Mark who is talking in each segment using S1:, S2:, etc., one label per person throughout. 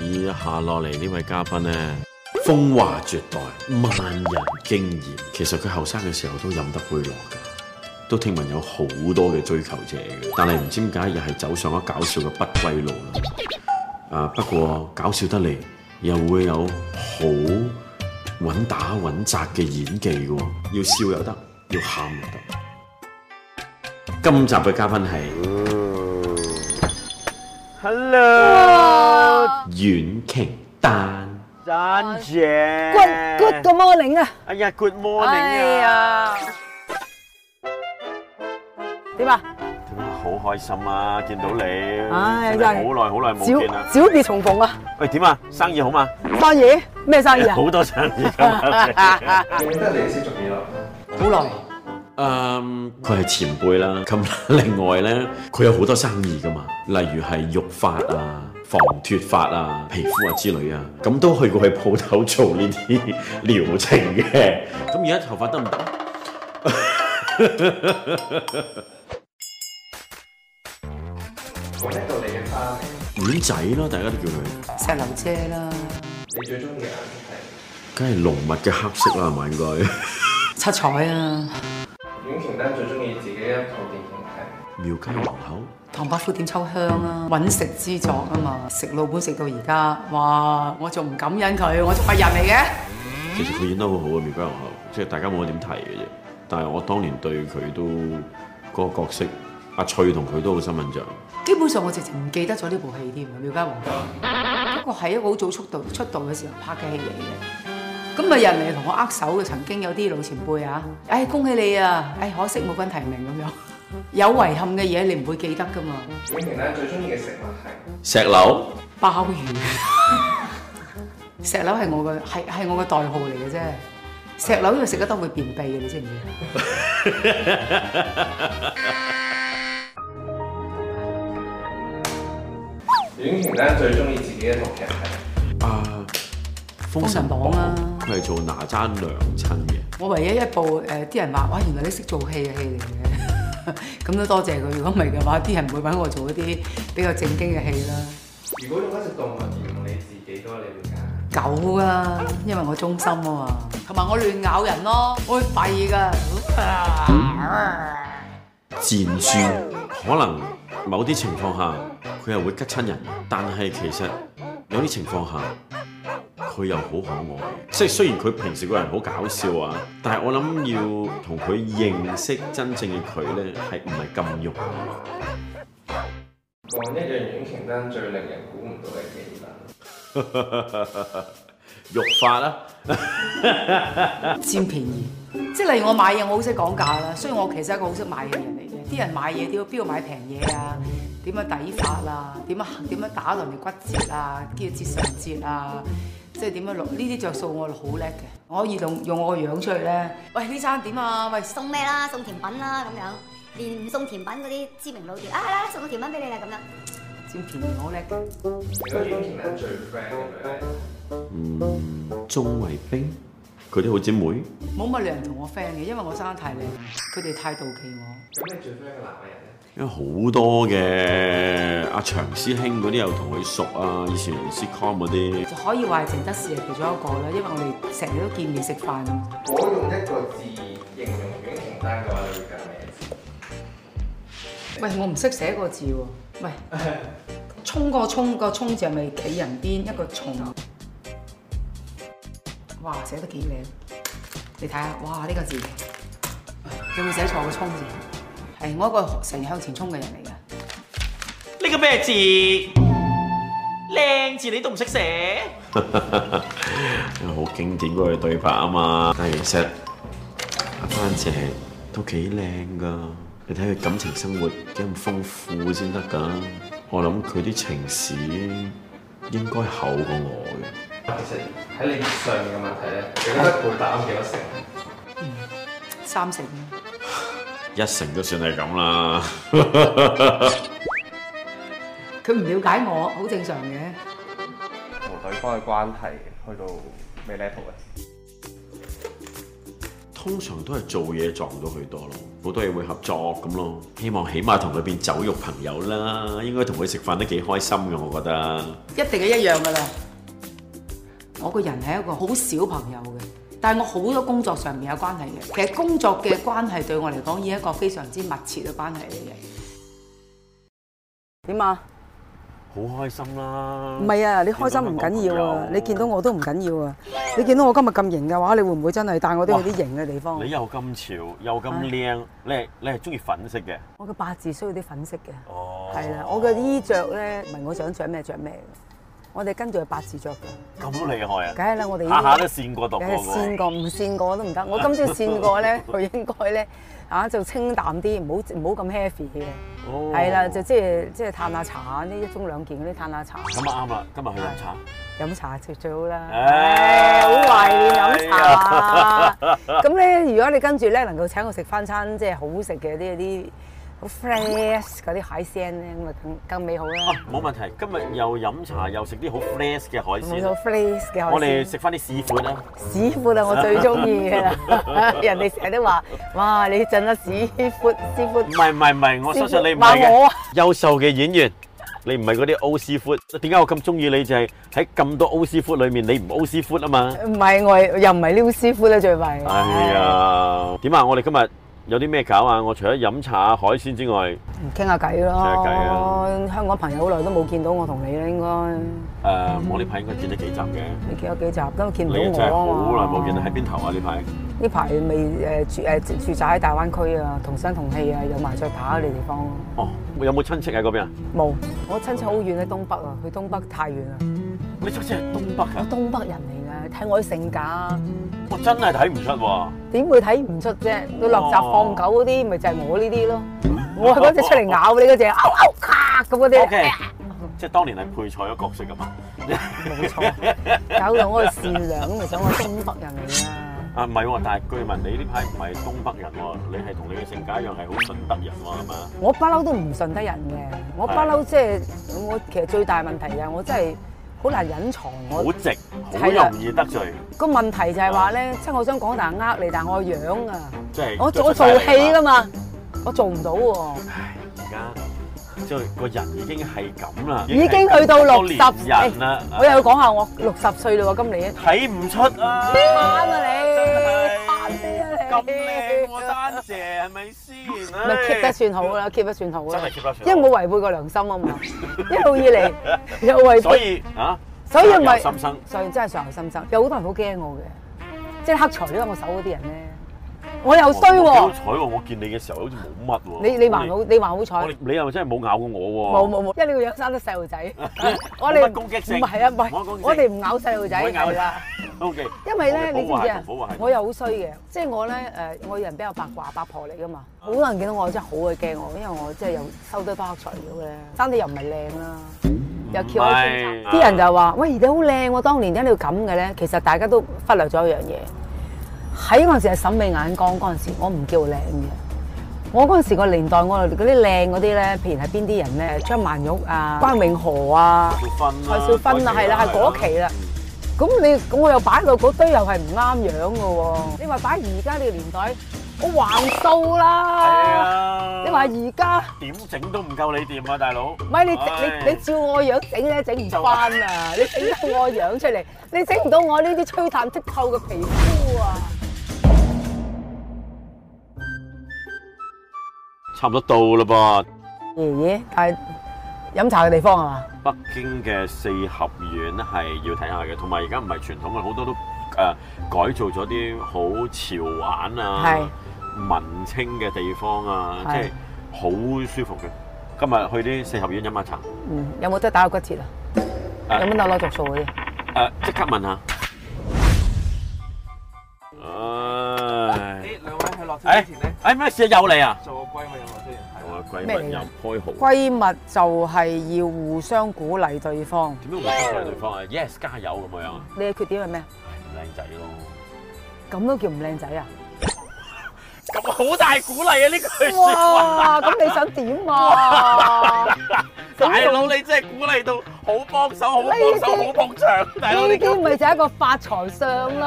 S1: 以下落嚟呢位嘉賓呢，風華絕代，萬人敬業。其實佢後生嘅時候都飲得杯落㗎，都聽聞有好多嘅追求者嘅，但係唔知點解又係走上咗搞笑嘅不歸路啦。啊，不過搞笑得嚟又會有好穩打穩紮嘅演技嘅喎，要笑又得，要喊又得。今集嘅嘉賓係
S2: Hello，
S3: Ờ,
S1: 阮瓊丹。
S2: 丹姐。
S3: Good-
S2: À.
S3: good morning 啊！
S2: 哎呀，Good morning 啊！
S3: 哎呀，
S2: 點
S3: 點啊？
S2: 啊好開心啊！見到你，
S3: 唉
S2: 真
S3: 真
S2: 係
S3: 係
S2: 好耐好耐冇
S3: 小
S2: 見啦。
S3: 小別重逢啊！
S2: 喂，點啊？生意好嘛？
S3: 生意咩生意啊？
S2: 好多生意咁啊！
S3: 好耐，
S1: 誒，佢係前輩啦。 咁另外咧，佢有好多生意噶嘛，例如係育髮啊、防脱髮啊、皮膚啊之類啊，咁都去過去鋪頭做呢啲 療程嘅。咁而家頭髮得唔得？丸仔啦，大家都叫佢，
S4: 石榴姐啦，
S1: 梗係濃密嘅黑色啦，係咪應該？
S4: 七彩啊，
S5: 阮瓊丹最中意自己一套電影睇，
S1: 廟街皇后。
S4: 唐伯虎點秋香啊，揾食之作啊嘛，食老本食到而家，哇！我仲唔感恩佢，我仲係人嚟嘅。
S1: 其實佢演得好好嘅《苗疆皇后》，即係大家冇乜點提嘅啫。但係我當年對佢都嗰、個角色，阿翠同佢都好深印象。
S4: 基本上我直情唔記得咗呢部戲添，《廖家皇后》。不過係一個好早出道出道嘅時候拍嘅戲嚟嘅。咁啊，人嚟同我握手嘅，曾經有啲老前輩啊，唉、恭喜你啊，唉、可惜冇份提名咁樣。有遺憾嘅嘢你唔會記得噶嘛，
S5: 阮瓊丹最中意嘅食物係
S1: 石榴
S4: 鮑魚。石榴係我嘅係係我嘅代號嚟嘅啫。石榴因為食得多會便秘嘅，你知唔知啊？
S5: 阮瓊丹最中意自己一套劇係
S1: 啊，《封神榜》
S4: 封神榜啊
S1: 佢係做哪吒娘親嘅。
S4: 我唯一一部誒啲、人話，哇，原來你識做戲嘅戲嚟嘅，咁都多謝佢。如果唔係嘅話，啲人唔會揾我做一啲比較正經嘅戲啦。
S5: 如果用一隻動物形容你自己嘅話，你會揀
S4: 狗啊，因為我忠心啊嘛，同埋我亂咬人咯，我會吠㗎。
S1: 箭豬可能某啲情況下佢係會吉親人，但係其實有啲情況下佢又好可愛。即係雖然佢平時個人好搞笑啊，但係我諗要同佢認識真正嘅佢呢，係唔係咁容易？
S5: 講一樣阮瓊丹最令人估唔到嘅技能，
S1: 肉法啦，
S4: 佔便宜。即係例如我買嘢，我好識講價啦。雖然我其實係一個好識買嘢嘅人嚟嘅，啲人買嘢點要邊度買平嘢啊？點樣抵法啊？點樣點樣打人哋骨折啊？叫折上折啊？即係點樣落呢啲着數我好叻嘅，我可以用用我個樣出去咧。喂，呢餐點啊？喂，
S6: 送咩啦？送甜品啦咁樣，連唔送甜品嗰啲知名老店啊，啦啦送個甜品俾你啦咁樣。
S4: 佔便宜我好叻嘅。
S5: 如果阮瓊丹最 friend 嘅女人，
S1: 嗯鍾慧冰，佢啲好姊妹，
S4: 冇乜理由人同我 friend 嘅，因為我生得太靚，佢哋太妒忌我。
S5: 咁你最 friend 嘅男人咧？
S1: 因為好多嘅阿長師兄嗰啲又同佢熟啊，以前嚟 sitcom 嗰啲，
S4: 就可以話係情德士係其中一個啦，因為我哋成日都見面食飯。啊
S5: 如果用一個字形容阮瓊丹嘅話，你會揀咩字？
S4: 喂，我唔識寫個字喎。喂，衝個衝個衝字係咪企人邊一個從？哇，寫得幾靚！你睇下，哇呢、個字有冇寫錯個衝字？係我一個成日向前衝嘅人嚟㗎。
S7: 呢個咩字？靚字你都唔識寫？
S1: 因為好經典嗰句對白啊嘛。但係其實阿番姐都幾靚㗎，你睇佢感情生活幾咁豐富先得㗎。我諗佢啲情史應該厚過我嘅。
S5: 其實喺你上面嘅問題咧，你覺得佢答啱幾多成？
S4: 三成
S1: 一成都算係咁啦，
S4: 佢唔了解我，好正常嘅。
S5: 同對方嘅關係去到咩 level 嘅？
S1: 通常都係做嘢撞到佢多咯，好多嘢會合作咁咯。希望起碼同佢變酒肉朋友啦，應該同佢食飯都幾開心嘅，我覺得。
S4: 一定係一樣噶啦。我個人係一個好少朋友嘅，但係我好多工作上面有關係嘅。其實工作嘅關係對我嚟講已經係一個非常之密切嘅關係嚟嘅。
S3: 點啊？
S2: 好開心啦！
S3: 唔係啊，你
S2: 見到
S3: 開心唔緊要
S2: 香港
S3: 啊，
S2: 朋友
S3: 你見到我都唔緊要啊。你見到我今日咁型嘅話，你會唔會真係帶我都去啲型嘅地方？
S2: 你又咁潮又咁靚，你係你係中意粉色嘅。
S3: 我嘅八字需要啲粉色嘅，
S2: 哦
S3: 係啦，我嘅衣着咧，唔係我想着咩着咩嘅，我哋跟住佢八字着嘅，
S2: 咁厲害啊！
S3: 梗係啦，我哋
S2: 下下都跣過毒
S3: 梗
S2: 過
S3: 係
S2: 喎
S3: 跣。過唔跣過都唔得。我今朝跣 過咧，佢應該咧啊就清淡啲，唔好唔好咁 heavy 嘅，
S2: 哦
S3: 係啦，就即係即係嘆下茶呢一盅兩件嗰啲嘆下茶，
S2: 咁啊哎啱啦，今日去飲茶。
S3: 飲茶最最好啦。哎
S2: 唉
S3: 唉，好懷念飲 茶。咁咧，如果你跟住咧能夠請我食翻餐即係好食嘅啲啲好 fresh 嗰啲海鮮咧，咁啊更更美好啦。
S2: 啊冇問題，今日又飲茶又食啲好 fresh 嘅海
S3: 冇
S2: 鮮
S3: 錯。，fresh 嘅海鮮。
S2: 哦我哋食翻啲屎款啦。
S3: 屎闊啊，我最中意嘅啦。人哋成日 都話：哇，你震得屎闊屎闊
S2: 唔。係唔係唔係，我相信你唔係
S3: 話我
S2: 嘅
S3: 啊。
S2: 優秀嘅演員，你唔係嗰啲 O C foot。點解我咁中意你？就係喺咁多 O C foot 裏面，你唔 O C foot 啊嘛。
S3: 唔係我係又唔係撩師傅啦，最弊。
S2: 哎呀，點啊？我哋今日有啲咩搞啊？我除咗飲茶、海鮮之外，誒、
S3: 傾下偈咯。
S2: 傾下偈啊
S3: 香港朋友好耐都冇見到我同你啦，應該
S2: 我呢排應該見咗幾集嘅。
S3: 你見咗幾集，今
S2: 你
S3: 日見
S2: 真
S3: 唔
S2: 係
S3: 到我啊
S2: 好
S3: 嘛
S2: 耐冇見啦，喺邊頭啊？呢排
S3: 呢排未誒住誒住住宅喺大灣區啊，同聲同氣啊，有麻雀打嗰啲地方咯。
S2: 哦，有冇親戚喺嗰邊啊？
S3: 冇，我親戚好遠喺東北啊，去東北太遠啦。
S2: 你親戚係東北
S3: 我
S2: 啊？
S3: 東北人嚟嘅，睇我啲性格。啊
S2: 我真係睇唔出 喎。
S3: 點會睇唔出啫？到落閘放狗嗰啲，咪就係我呢啲咯。我係嗰只出嚟咬你嗰只，嗷嗷咔咁嗰
S2: O
S3: 啲，
S2: K，即係當年係配菜嘅角色㗎嘛？
S3: 冇錯， 搞到我係善良，咪想我東北人嚟啊！
S2: 啊，唔係喎，但係據聞你呢排唔係東北人喎，你係同你嘅性格一樣係好順德人喎，係嘛？
S3: 我不嬲都唔順得人嘅，我不嬲即係我其實最大問題就係我真係好難隱藏我
S2: 好直，好容易得罪，
S3: 個問題就係話咧，即係我想講，但係呃你，但係我樣啊，
S2: 即係
S3: 我我做戲㗎嘛，我做唔到喎。
S2: 唉，而家即係個人已經係咁啦，
S3: 已經去到
S2: 係咁多
S3: 六十
S2: 年人啦，
S3: 我又要講下我六十歲嘞喎，今年。
S2: 睇唔出啊！
S3: 慳啊你，慳
S2: 真係
S3: 啲啊
S2: 咁
S3: 你，
S2: 靚我單蛇係咪先？
S3: 咪
S2: 咪
S3: keep 得算好啦，keep 得算好啦，
S2: 真係 keep 得算好
S3: 因為冇違背過良心啊嘛，一路以嚟又 違
S2: 所
S3: 背，
S2: 以啊，
S3: 所以咪
S2: 有心生
S3: 所以真係上有心生，有好多人好驚我嘅，即係黑除咗我手嗰啲人咧，我又衰
S2: 我
S3: 喎
S2: 幾好，彩喎！我見你嘅時候好似冇乜喎。
S3: 你你還好你還好彩
S2: 我，哋，你又真係冇咬過我
S3: 冇
S2: 喎。
S3: 冇冇，因為你個樣生得細路 仔，
S2: 冇乜攻擊性
S3: 唔係啊，唔
S2: 冇乜攻擊
S3: 係
S2: 性
S3: 我哋唔咬細路仔，
S2: 唔會咬
S3: 係啦。
S2: O K，
S3: 因為咧，你知唔知啊
S2: 保護係？
S3: 我又好衰嘅，即係我咧誒，我人比較八卦，八婆嚟噶
S2: 啊
S3: 嘛。好多人見到我真係好鬼驚我，因為我真係又收得多黑材料嘅咧，生得又唔係靚啦，又翹
S2: 唔
S3: 喺天
S2: 係
S3: 啲人就話：喂，你好靚喎，當年點解你要咁嘅咧？其實大家都忽略咗一樣嘢，喺嗰陣時係審美眼光嗰陣時，我唔叫靚嘅。我嗰陣時個年代，我哋嗰啲靚嗰啲咧，譬如係邊啲人咧？張曼玉啊、關詠荷啊。
S2: 要分
S3: 蔡少芬啊，係啦，係嗰期啦。咁你我又擺落嗰堆又係唔啱樣嘅喎。你話擺而家呢個年代，我橫掃
S2: 係
S3: 啦。
S2: 啊！
S3: 你話而家，
S2: 點整都唔夠你掂啊，大佬！
S3: 唔係你
S2: 唉
S3: 你你照我樣整咧，整唔翻啊！你整到我樣出嚟，你整唔到我呢啲吹淡剔透嘅皮膚啊！
S2: 差唔多到啦噃，
S3: 爺爺，但係飲茶嘅地方係嘛？
S2: 北京嘅四合院係要睇下嘅，同埋而家唔係傳統嘅，好多都誒、呃改造咗啲好潮玩啊、文青嘅地方啊，即
S3: 係
S2: 係好舒服嘅。今日去啲四合院飲下茶，
S3: 嗯，有冇得打個骨折啊？有冇得攞着數嗰啲？
S2: 誒、呃即刻啊問下。唉，哎
S5: 誒兩位喺落車
S2: 誒
S5: 之前咧，
S2: 誒咩事啊？有你啊！
S5: 做個龜咪有落車人睇
S2: 我
S5: 啦。
S2: 話閨
S3: 咩嚟㗎
S2: 蜜飲開豪。
S3: 閨蜜就係要互相鼓勵對方。
S2: 點樣互相鼓勵對方啊？Yes，加油咁樣啊！
S3: 你嘅缺點係咩？
S2: 唔靚仔咯，
S3: 咁都叫唔靚仔啊？
S2: 咁 好大鼓勵啊！呢句説話，
S3: 哇！咁你想點啊？整
S2: 大佬你真係鼓勵到好幫手、好幫手、好捧場，大佬
S3: 呢
S2: 你咁
S3: 啲咪就係一個發財相 咯，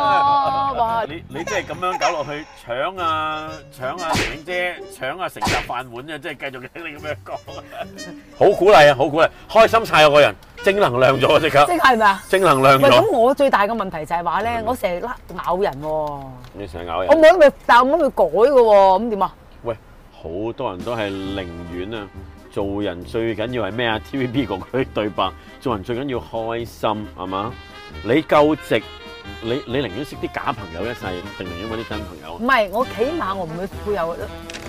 S3: 哇！
S2: 你你真係咁樣搞落去，搶啊搶啊玲玲姐，搶啊成集飯碗啊！即係繼續聽你咁樣講， 好鼓勵啊，好鼓勵，開心晒我個人，正能量咗啊即刻
S3: 即，係咪啊？
S2: 正能量
S3: 喂，咁
S2: 咗。
S3: 我最大嘅問題就係話咧，我成日拉咬人喎，我
S2: 你成日咬
S3: 冇
S2: 人，
S3: 得佢，但我冇得佢改嘅喎，咁點啊？
S2: 喂，好多人都係寧願啊，做人最緊要係咩啊？TVB 嗰句對白，做人最緊要開心係嘛？你夠直，你你寧願識啲假朋友一世，定寧願揾啲真朋友啊？
S3: 唔係，我起碼我唔會會有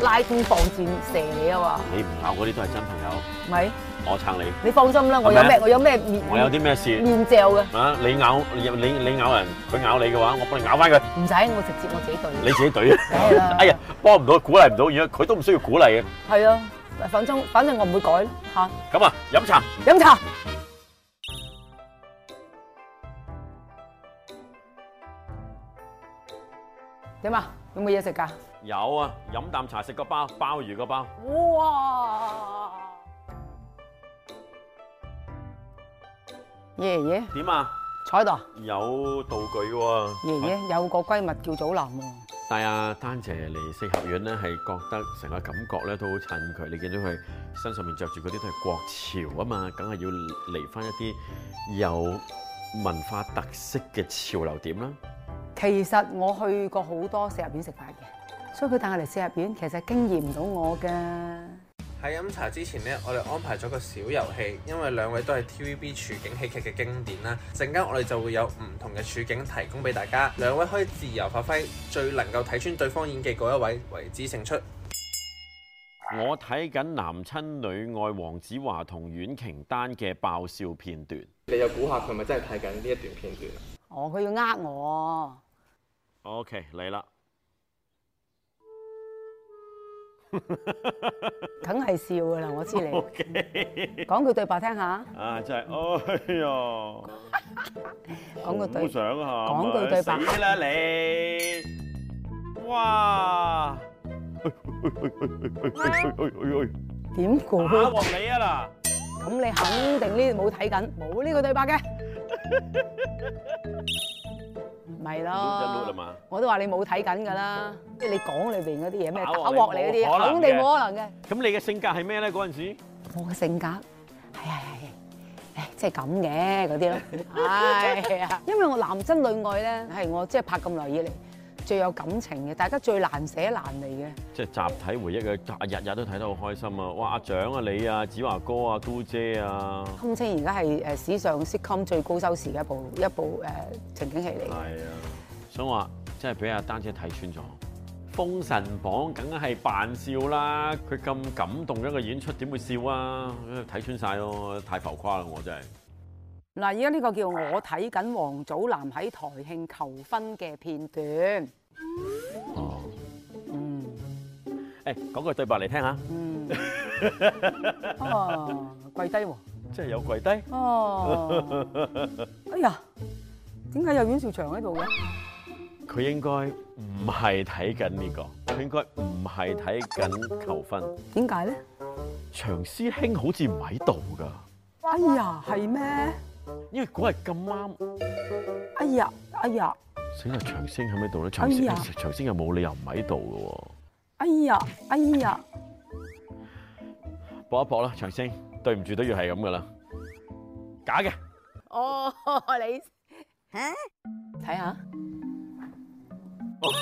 S3: 拉弓放箭射你啊嘛，
S2: 你唔咬嗰啲都係真朋友，
S3: 咪？
S2: 我撐你。
S3: 你放心啦，我
S2: 係咪
S3: 有
S2: 啊
S3: 咩我有咩面
S2: 我有啲咩事？
S3: 面罩嘅，
S2: 啊！你咬你你咬人，佢咬你嘅話，我幫你咬翻佢，
S3: 唔使我直接我自己對。
S2: 你自己 懟。
S3: 係啦
S2: 哎呀，幫唔到，鼓勵唔到，而家佢都唔需要鼓勵嘅。
S3: 係啊，反正反正我唔會改啦嚇。
S2: 咁啊，飲茶。
S3: 飲茶。點啊？有冇嘢食㗎？
S2: 有啊，飲啖茶，食個包，鮑魚個包。
S3: 哇！爺爺
S2: 點啊？
S3: 坐喺度啊，
S2: 有道具喎。
S3: 爺爺有個閨蜜叫祖藍喎。
S2: 但係阿丹姐嚟四合院咧，係覺得成個感覺咧都好襯佢。你見到佢身上面着住嗰啲都係國潮啊嘛，梗係要嚟翻一啲有文化特色嘅潮流點啦。
S3: 其實我去過好多四合院食飯嘅，所以佢帶我嚟四合院，其實經驗唔到我嘅。
S5: 喺飲茶之前呢，我哋安排咗個小遊戲，因為兩位都係 TVB 處境喜劇嘅經典啦。陣間我哋就會有唔同嘅處境提供俾大家，兩位可以自由發揮，最能夠睇穿對方演技嗰一位為之勝出。
S2: 我睇緊男親女愛黃子華同阮瓊丹嘅爆笑片段，
S5: 你又估下佢咪真係睇緊呢一段片段？啊
S3: 哦，佢要呃我。
S2: OK 嚟啦，
S3: 梗係笑㗎啦，我知你。講句對白聽下，
S2: 啊真係，哎呀，
S3: 講句對，
S2: 想下，
S3: 講句對白
S2: 死啦你，哇，
S3: 點估？
S2: 打鑊你啊
S3: 咁你肯定呢度冇睇緊，冇呢個對白嘅。唔
S2: 嗱，
S3: 係咯，
S2: 嘛，
S3: 我都話你冇睇緊㗎啦，即係你講裏邊嗰啲嘢咩打
S2: 打
S3: 鑊
S2: 鑊
S3: 你
S2: 你
S3: 嗰啲，
S2: 冇可能
S3: 肯定冇可能嘅。
S2: 咁你嘅性格係咩咧？嗰陣時，
S3: 我嘅性格係係係係，誒即係咁嘅嗰啲咯，係啊，因為我男真女愛咧係我即係拍咁耐以嚟最有感情嘅，大家最難捨難離嘅。
S2: 即係集體回憶嘅，日日都睇得好開心啊！哇，阿獎啊你啊，子華哥啊，都姐啊，
S3: 堪稱而家係誒史上 à, sitcom 最高收視嘅一部一部誒、情景戲嚟嘅。
S2: 係啊，想話真係俾阿丹姐睇穿咗，《封神榜》梗係扮笑啦，佢咁感動一個演出點會笑啊？睇穿晒咯，太浮誇啦！我真係
S3: 嗱，而家呢個叫我睇緊王祖藍喺台慶求婚嘅片 段。
S2: 哦，
S3: 嗯
S2: 誒講句對白嚟聽下，
S3: 嗯，哦，跪低喎，
S2: 即係有跪低，
S3: 哦，哎呀，點解有阮兆祥喺度嘅？
S2: 佢應該唔係睇緊呢個，佢應該唔係睇緊求婚，
S3: 點解咧？
S2: 長師兄好似唔喺度㗎，
S3: 哎呀，係咩？
S2: 因為嗰日咁啱，
S3: 哎呀，哎呀，
S2: 死啦！長師兄喺唔喺度咧？長師
S3: 哎呀
S2: 長師兄又冇理由唔喺度
S3: 哎呀，哎呀，
S2: 嘅喎，搏一搏啦，長師兄，對唔住都要係咁㗎啦，假嘅。
S3: 哦，你
S6: 嚇
S3: 睇下，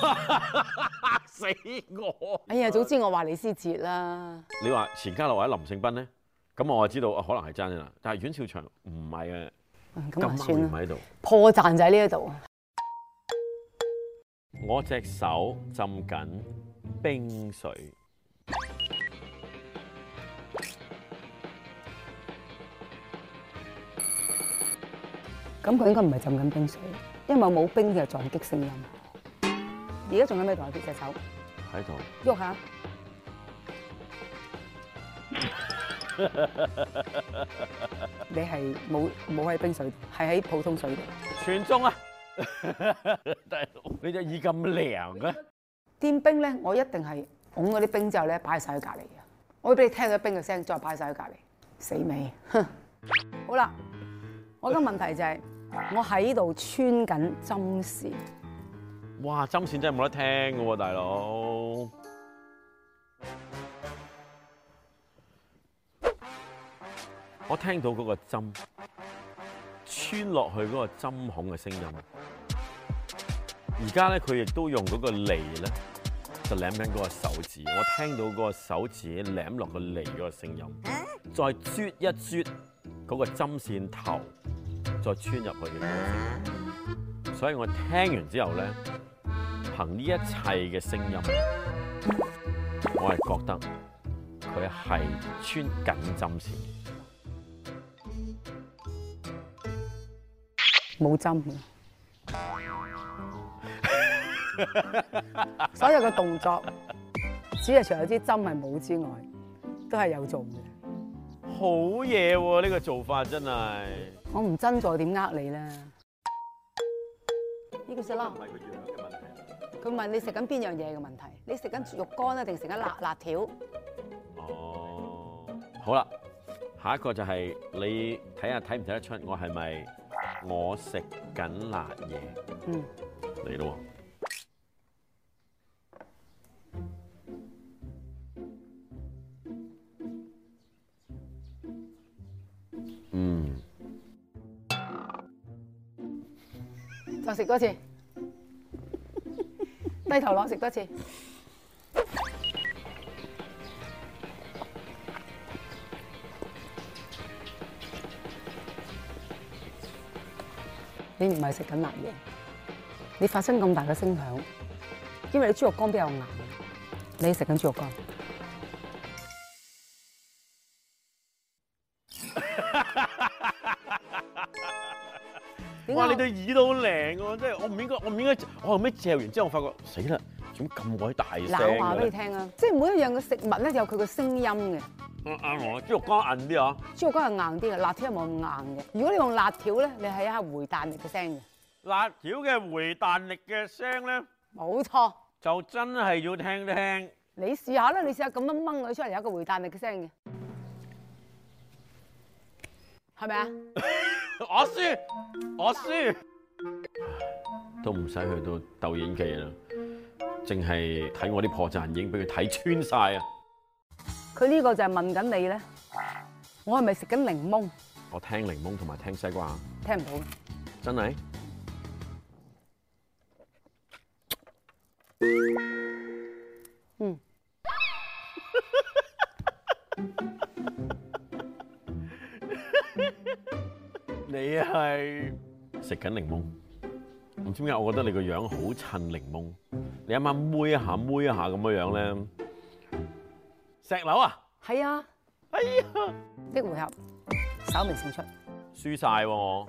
S2: 嚇死我！
S3: 哎呀，早知我話李思捷啦。
S2: 你話錢嘉樂或者林盛斌咧，咁我就知道啊，可能係真嘅啦。但係阮兆祥唔係嘅，
S3: 嗯咁啊，
S2: 今晚
S3: 算
S2: 唔
S3: 啦，
S2: 喺度。
S3: 破綻就喺呢一度。
S2: 我隻手浸緊冰水，
S3: 咁佢應該唔係浸緊冰水，因為冇冰嘅撞擊聲音。而家仲有咩撞擊隻手？
S2: 喺度
S3: 喐下， 你係冇冇喺冰水，係喺普通水度。
S2: 全中啊！ 大佬，你隻耳咁涼啊嘅，
S3: 掂冰咧，我一定係拱嗰啲冰之後咧，擺晒喺隔離嘅。我會俾你聽到冰嘅聲，再擺晒喺隔離。死 尾。哼好啦，我個問題就係、我喺度穿緊針線，
S2: 哇！針線真係冇得聽嘅喎，大佬。我聽到嗰個針穿落去嗰個針孔嘅聲音。而家咧，佢亦都用嗰個脷咧，就舐緊嗰個手指。我聽到嗰個手指舐落個脷嗰個聲音，再啜一啜嗰個針線頭，再穿入去嘅嗰個聲音。所以我聽完之後咧，憑呢一切嘅聲音，我係覺得佢係穿緊針線。
S3: 冇針嘅。所有嘅動作，只係除咗支針係冇之外，都係有做嘅。
S2: 好嘢喎！呢個做法真係
S3: 我唔真在點呃你咧？呢個食啦，佢問你食緊邊樣嘢嘅問題，你食緊肉乾啊定食緊辣辣條？
S2: 哦。好啦，下一個就係、你睇下睇唔睇得出我係咪我食緊辣嘢
S3: 嗯，
S2: 嚟咯喎？嗯，
S3: 就食 多次，低頭落食多次。你唔係食緊辣嘢，你發生咁大嘅聲響，因為你豬肉乾比較硬，你食緊豬 肉乾。點解
S2: 哇！你
S3: 我
S2: 對耳都好靈喎，真係我唔應該，我唔應該，我後尾嚼完之後，我發覺死啦，點咁鬼大聲
S3: 嗱，我話
S2: 嘅
S3: 俾
S2: 咧？
S3: 你聽啊，即係每一樣嘅食物咧有佢嘅聲音嘅。
S2: 啱啱嗯我豬肉乾硬啲啊！
S3: 豬肉乾係硬啲嘅，辣條係冇咁硬嘅。如果你用辣條咧，你係一下回彈力嘅聲嘅，
S2: 辣條嘅回彈力嘅聲咧，
S3: 冇錯。
S2: 就真係要聽聽。
S3: 你試下啦，你試下咁樣掹佢出嚟，有一個回彈力嘅聲嘅，係咪啊？
S2: 我輸，我輸，都唔使去到鬥演技啦，淨係睇我啲破綻已經俾佢睇穿晒啊！
S3: 佢呢個就係問緊你咧，我係咪食緊檸檬？
S2: 我聽檸檬同埋聽西瓜，
S3: 聽唔到嘅，
S2: 真係
S3: 嗯。
S2: 你係食緊檸檬，唔知點解我覺得你個樣好襯檸檬。你啱啱妹一下妹一下咁樣樣咧，石榴啊！
S3: 係啊，
S2: 哎呀，
S3: 呢個回合稍微勝出，
S2: 輸晒喎我。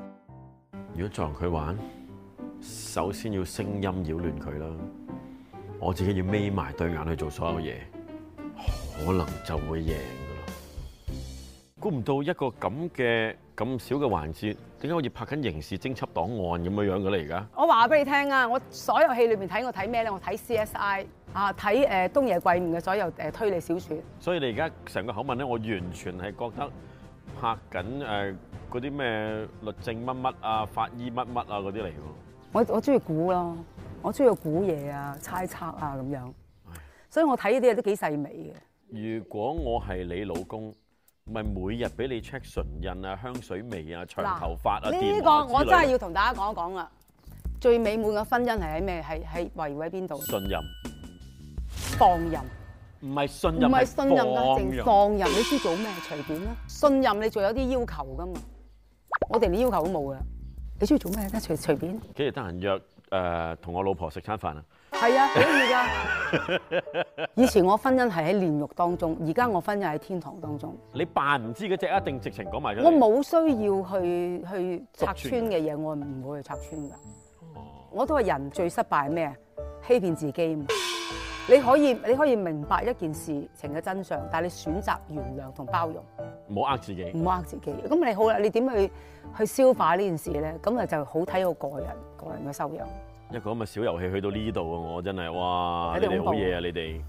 S2: 如果撞佢玩，首先要聲音擾亂佢啦。我自己要眯埋對眼去做所有嘢，可能就會贏噶啦。估唔到一個咁嘅咁少嘅環節，點解好似拍緊刑事偵緝檔案咁樣樣嘅咧？而家
S3: 我話俾你聽啊，我所有戲裏面睇我睇咩咧？我睇 CSI 啊，睇誒東野圭吾嘅所有誒推理小説。
S2: 所以你而家成個口吻咧，我完全係覺得拍緊誒嗰啲咩律政乜乜啊、法醫乜乜啊嗰啲嚟喎。
S3: 我我中意估咯，我中意估嘢啊、猜測啊咁樣，所以我睇呢啲嘢都幾細微嘅。
S2: 如果我係你老公，咪每日俾你 check 唇印啊、香水味啊、長頭髮啊、電
S3: 呢
S2: 話
S3: 個
S2: 之類
S3: 我真係要同大家講一講啦。最美滿嘅婚姻係喺咩？係係圍繞喺邊度？
S2: 信任，
S3: 放任，
S2: 唔係信
S3: 唔
S2: 任，
S3: 係信任啦，
S2: 放
S3: 淨
S2: 任
S3: 放任。你知做咩？隨便啦。信任你仲有啲要求噶嘛？我哋連要求都冇噶。你中意做咩咧？隨隨便。
S2: 幾日得閒約誒同我老婆食餐飯啊？
S3: 係啊，可以㗎。 以前我婚姻係喺煉獄當中，而家我婚姻喺天堂當中。
S2: 你扮唔知嗰只一定直情講埋出嚟。
S3: 我冇需要去去拆穿
S2: 穿
S3: 嘅嘢，我唔會去拆穿㗎。我都係人最失敗係咩啊？欺騙自己嘛。你可以你可以明白一件事情嘅真相，但係你選擇原諒同包容，
S2: 冇呃自己。
S3: 唔好呃自己。咁你好啦，你點去去消化呢件事咧？咁啊就好睇到個人個人嘅修養。
S2: 一個咁嘅小遊戲去到呢度啊，我真係哇！
S3: 有
S2: 你
S3: 啲
S2: 哋好
S3: 恐怖
S2: 嘢啊，你哋。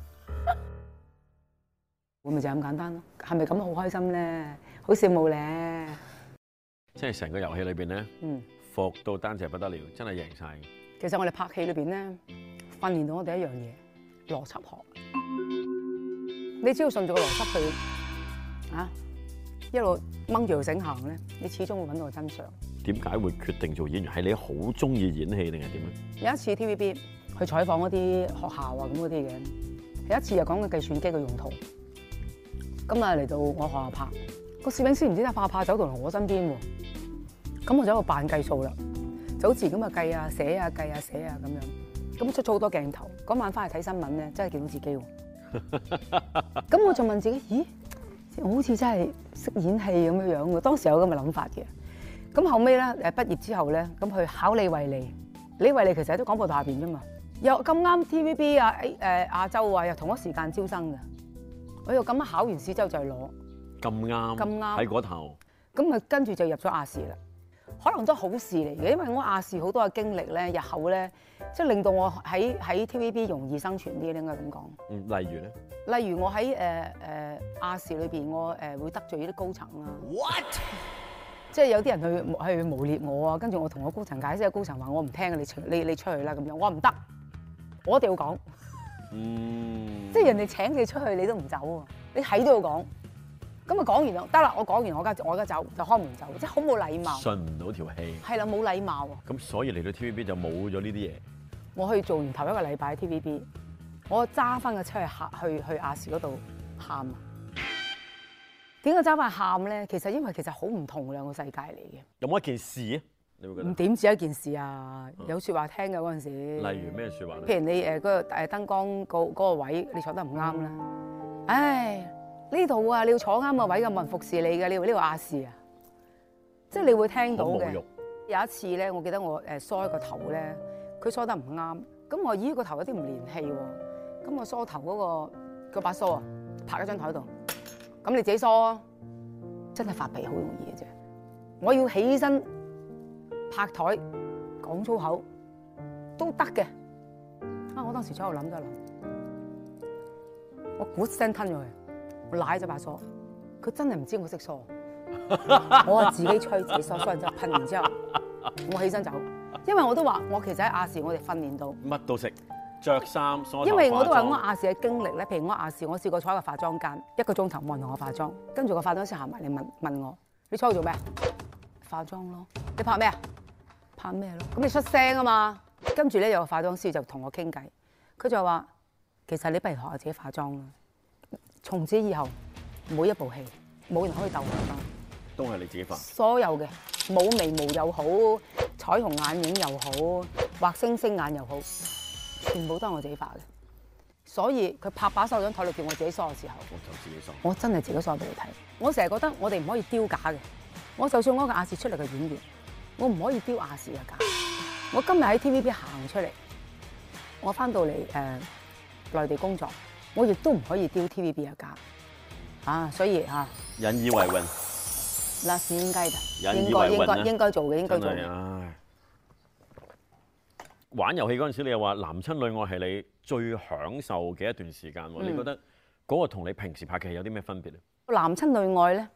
S3: 會咪就係咁簡單咯？係咪咁好開心咧？好似冇咧，
S2: 即係成個遊戲裏邊咧，
S3: 嗯。
S2: 服到單隻不得了，真係贏晒。
S3: 其實我哋拍戲裏邊咧，訓練到我哋一樣嘢，邏輯學。你只要順住個邏輯去啊，一路掹住條繩行咧，你始終會揾到個真相。
S2: 點解會決定做演員？係你好中意演戲定係點樣？
S3: 有一次 TVB 去採訪嗰啲學校啊咁嗰啲嘅，有一次又講緊計算機嘅用途。咁啊嚟到我學校拍，個攝影師唔知得怕怕走到嚟我身邊喎，咁我就喺度扮計數啦，就好似咁啊計啊寫啊計啊寫啊咁樣，咁出咗好多鏡頭。嗰晚翻嚟睇新聞咧，真係見到自己喎。咁我就問自己，咦，我好似真係識演戲咁樣樣喎。當時有咁嘅諗法嘅。咁後尾咧，誒畢業之後咧，咁去考李慧利，李慧利其實喺啲廣播台下邊啫嘛。又咁啱 TVB 啊，誒、誒亞洲啊，又同一時間招生嘅。我又咁啱考完試之後就去攞，
S2: 咁啱，
S3: 咁啱
S2: 喺嗰頭，
S3: 咁啊跟住就入咗亞視啦。可能都係好事嚟嘅，因為我亞視好多嘅經歷咧，日後咧，即係令到我喺喺 TVB 容易生存啲，應該咁講。
S2: 嗯例如咧，
S3: 例如我喺誒誒亞視裏邊，我誒、會得罪啲高層啦。What？即係有啲人去去誣蔑我啊，跟住我同我高層解釋，高層話我唔聽啊，你出你你出去啦咁樣，我話唔得，我一定要講。
S2: 嗯，
S3: 即係人哋請你出去，你都唔走喎，你喺都要講。咁啊講完啦，得啦，我講完我而家我而家走，就開門走，即係好冇禮貌。
S2: 信唔到條戲，
S3: 係啦，冇禮貌啊！
S2: 咁所以嚟到 TVB 就冇咗呢啲嘢。
S3: 我去做完頭一個禮拜 TVB，我揸翻個車去客去去亞視嗰度喊啊！點解揸翻去喊咧？其實因為其實好唔同兩個世界嚟嘅，
S2: 有冇一件事啊？你會覺得？
S3: 唔點止一件事啊！有説話聽嘅嗰陣時，
S2: 例如咩説話咧？
S3: 譬如你誒嗰個誒燈光嗰嗰個位，你坐得唔啱啦。唉，呢度啊，你要坐啱個位嘅，冇人服侍你嘅，你話呢度亞視啊，即係你會聽到
S2: 好
S3: 嘅
S2: 侮。辱，
S3: 有一次咧，我記得我誒梳一個頭咧，佢梳得唔啱，咁我咦個頭有啲唔連氣喎，咁我梳頭嗰、個嗰把梳啊，拍喺張台度，咁你自己梳啊，真係發脾好容易嘅啫，我要起身拍台講粗口都得嘅，啊我當時喺度諗咗一諗，我咕聲吞咗佢，我舐咗把梳，佢真係唔知我識梳。我係自己吹自己梳，梳完之後噴完之後，我起身走，因為我都話我其實喺亞視我哋訓練到，
S2: 乜都食，着衫梳頭啊
S3: 因為我都話我
S2: 化妝
S3: 亞視嘅經歷咧，譬如我亞視，我試過坐喺個化妝間一個鐘頭冇人同我化妝，跟住個化妝師行埋嚟問問我：你坐喺度做咩啊？化妝咯，你拍咩啊？拍咩咯？咁你出聲啊嘛。跟住咧有個化妝師就同我傾偈，佢就話：其實你不如學下自己化妝啦。從此以後每一部戲冇人可以鬥我化妝。
S2: 都係你自己化。
S3: 所有嘅冇眉毛又好，彩虹眼影又好，畫星星眼又好，全部都係我自己畫嘅。所以佢拍把手掌台度叫我自己梳嘅時候，
S2: 我就自己梳。
S3: 我真係自己梳俾你睇。我成日覺得我哋唔可以丟架嘅。我就算我一個亞視出嚟嘅演員，我唔可以丟亞視嘅架。我今日喺 TVB 行出嚟，我翻到嚟誒、呃、內地工作，我亦都唔可以丟 TVB 嘅架。啊，所以啊，
S2: 引以為榮，
S3: 嗱是應該嘅，
S2: 引以
S3: 應
S2: 為
S3: 該
S2: 榮
S3: 應該
S2: 啊
S3: 應該做嘅，應該
S2: 真
S3: 做嘅
S2: 係。唉。玩遊戲嗰陣時，你又話男親女愛係你最享受嘅一段時間喎。你覺得嗰個同你平時拍嘅戲有啲咩分別咧？
S3: 男親女愛咧，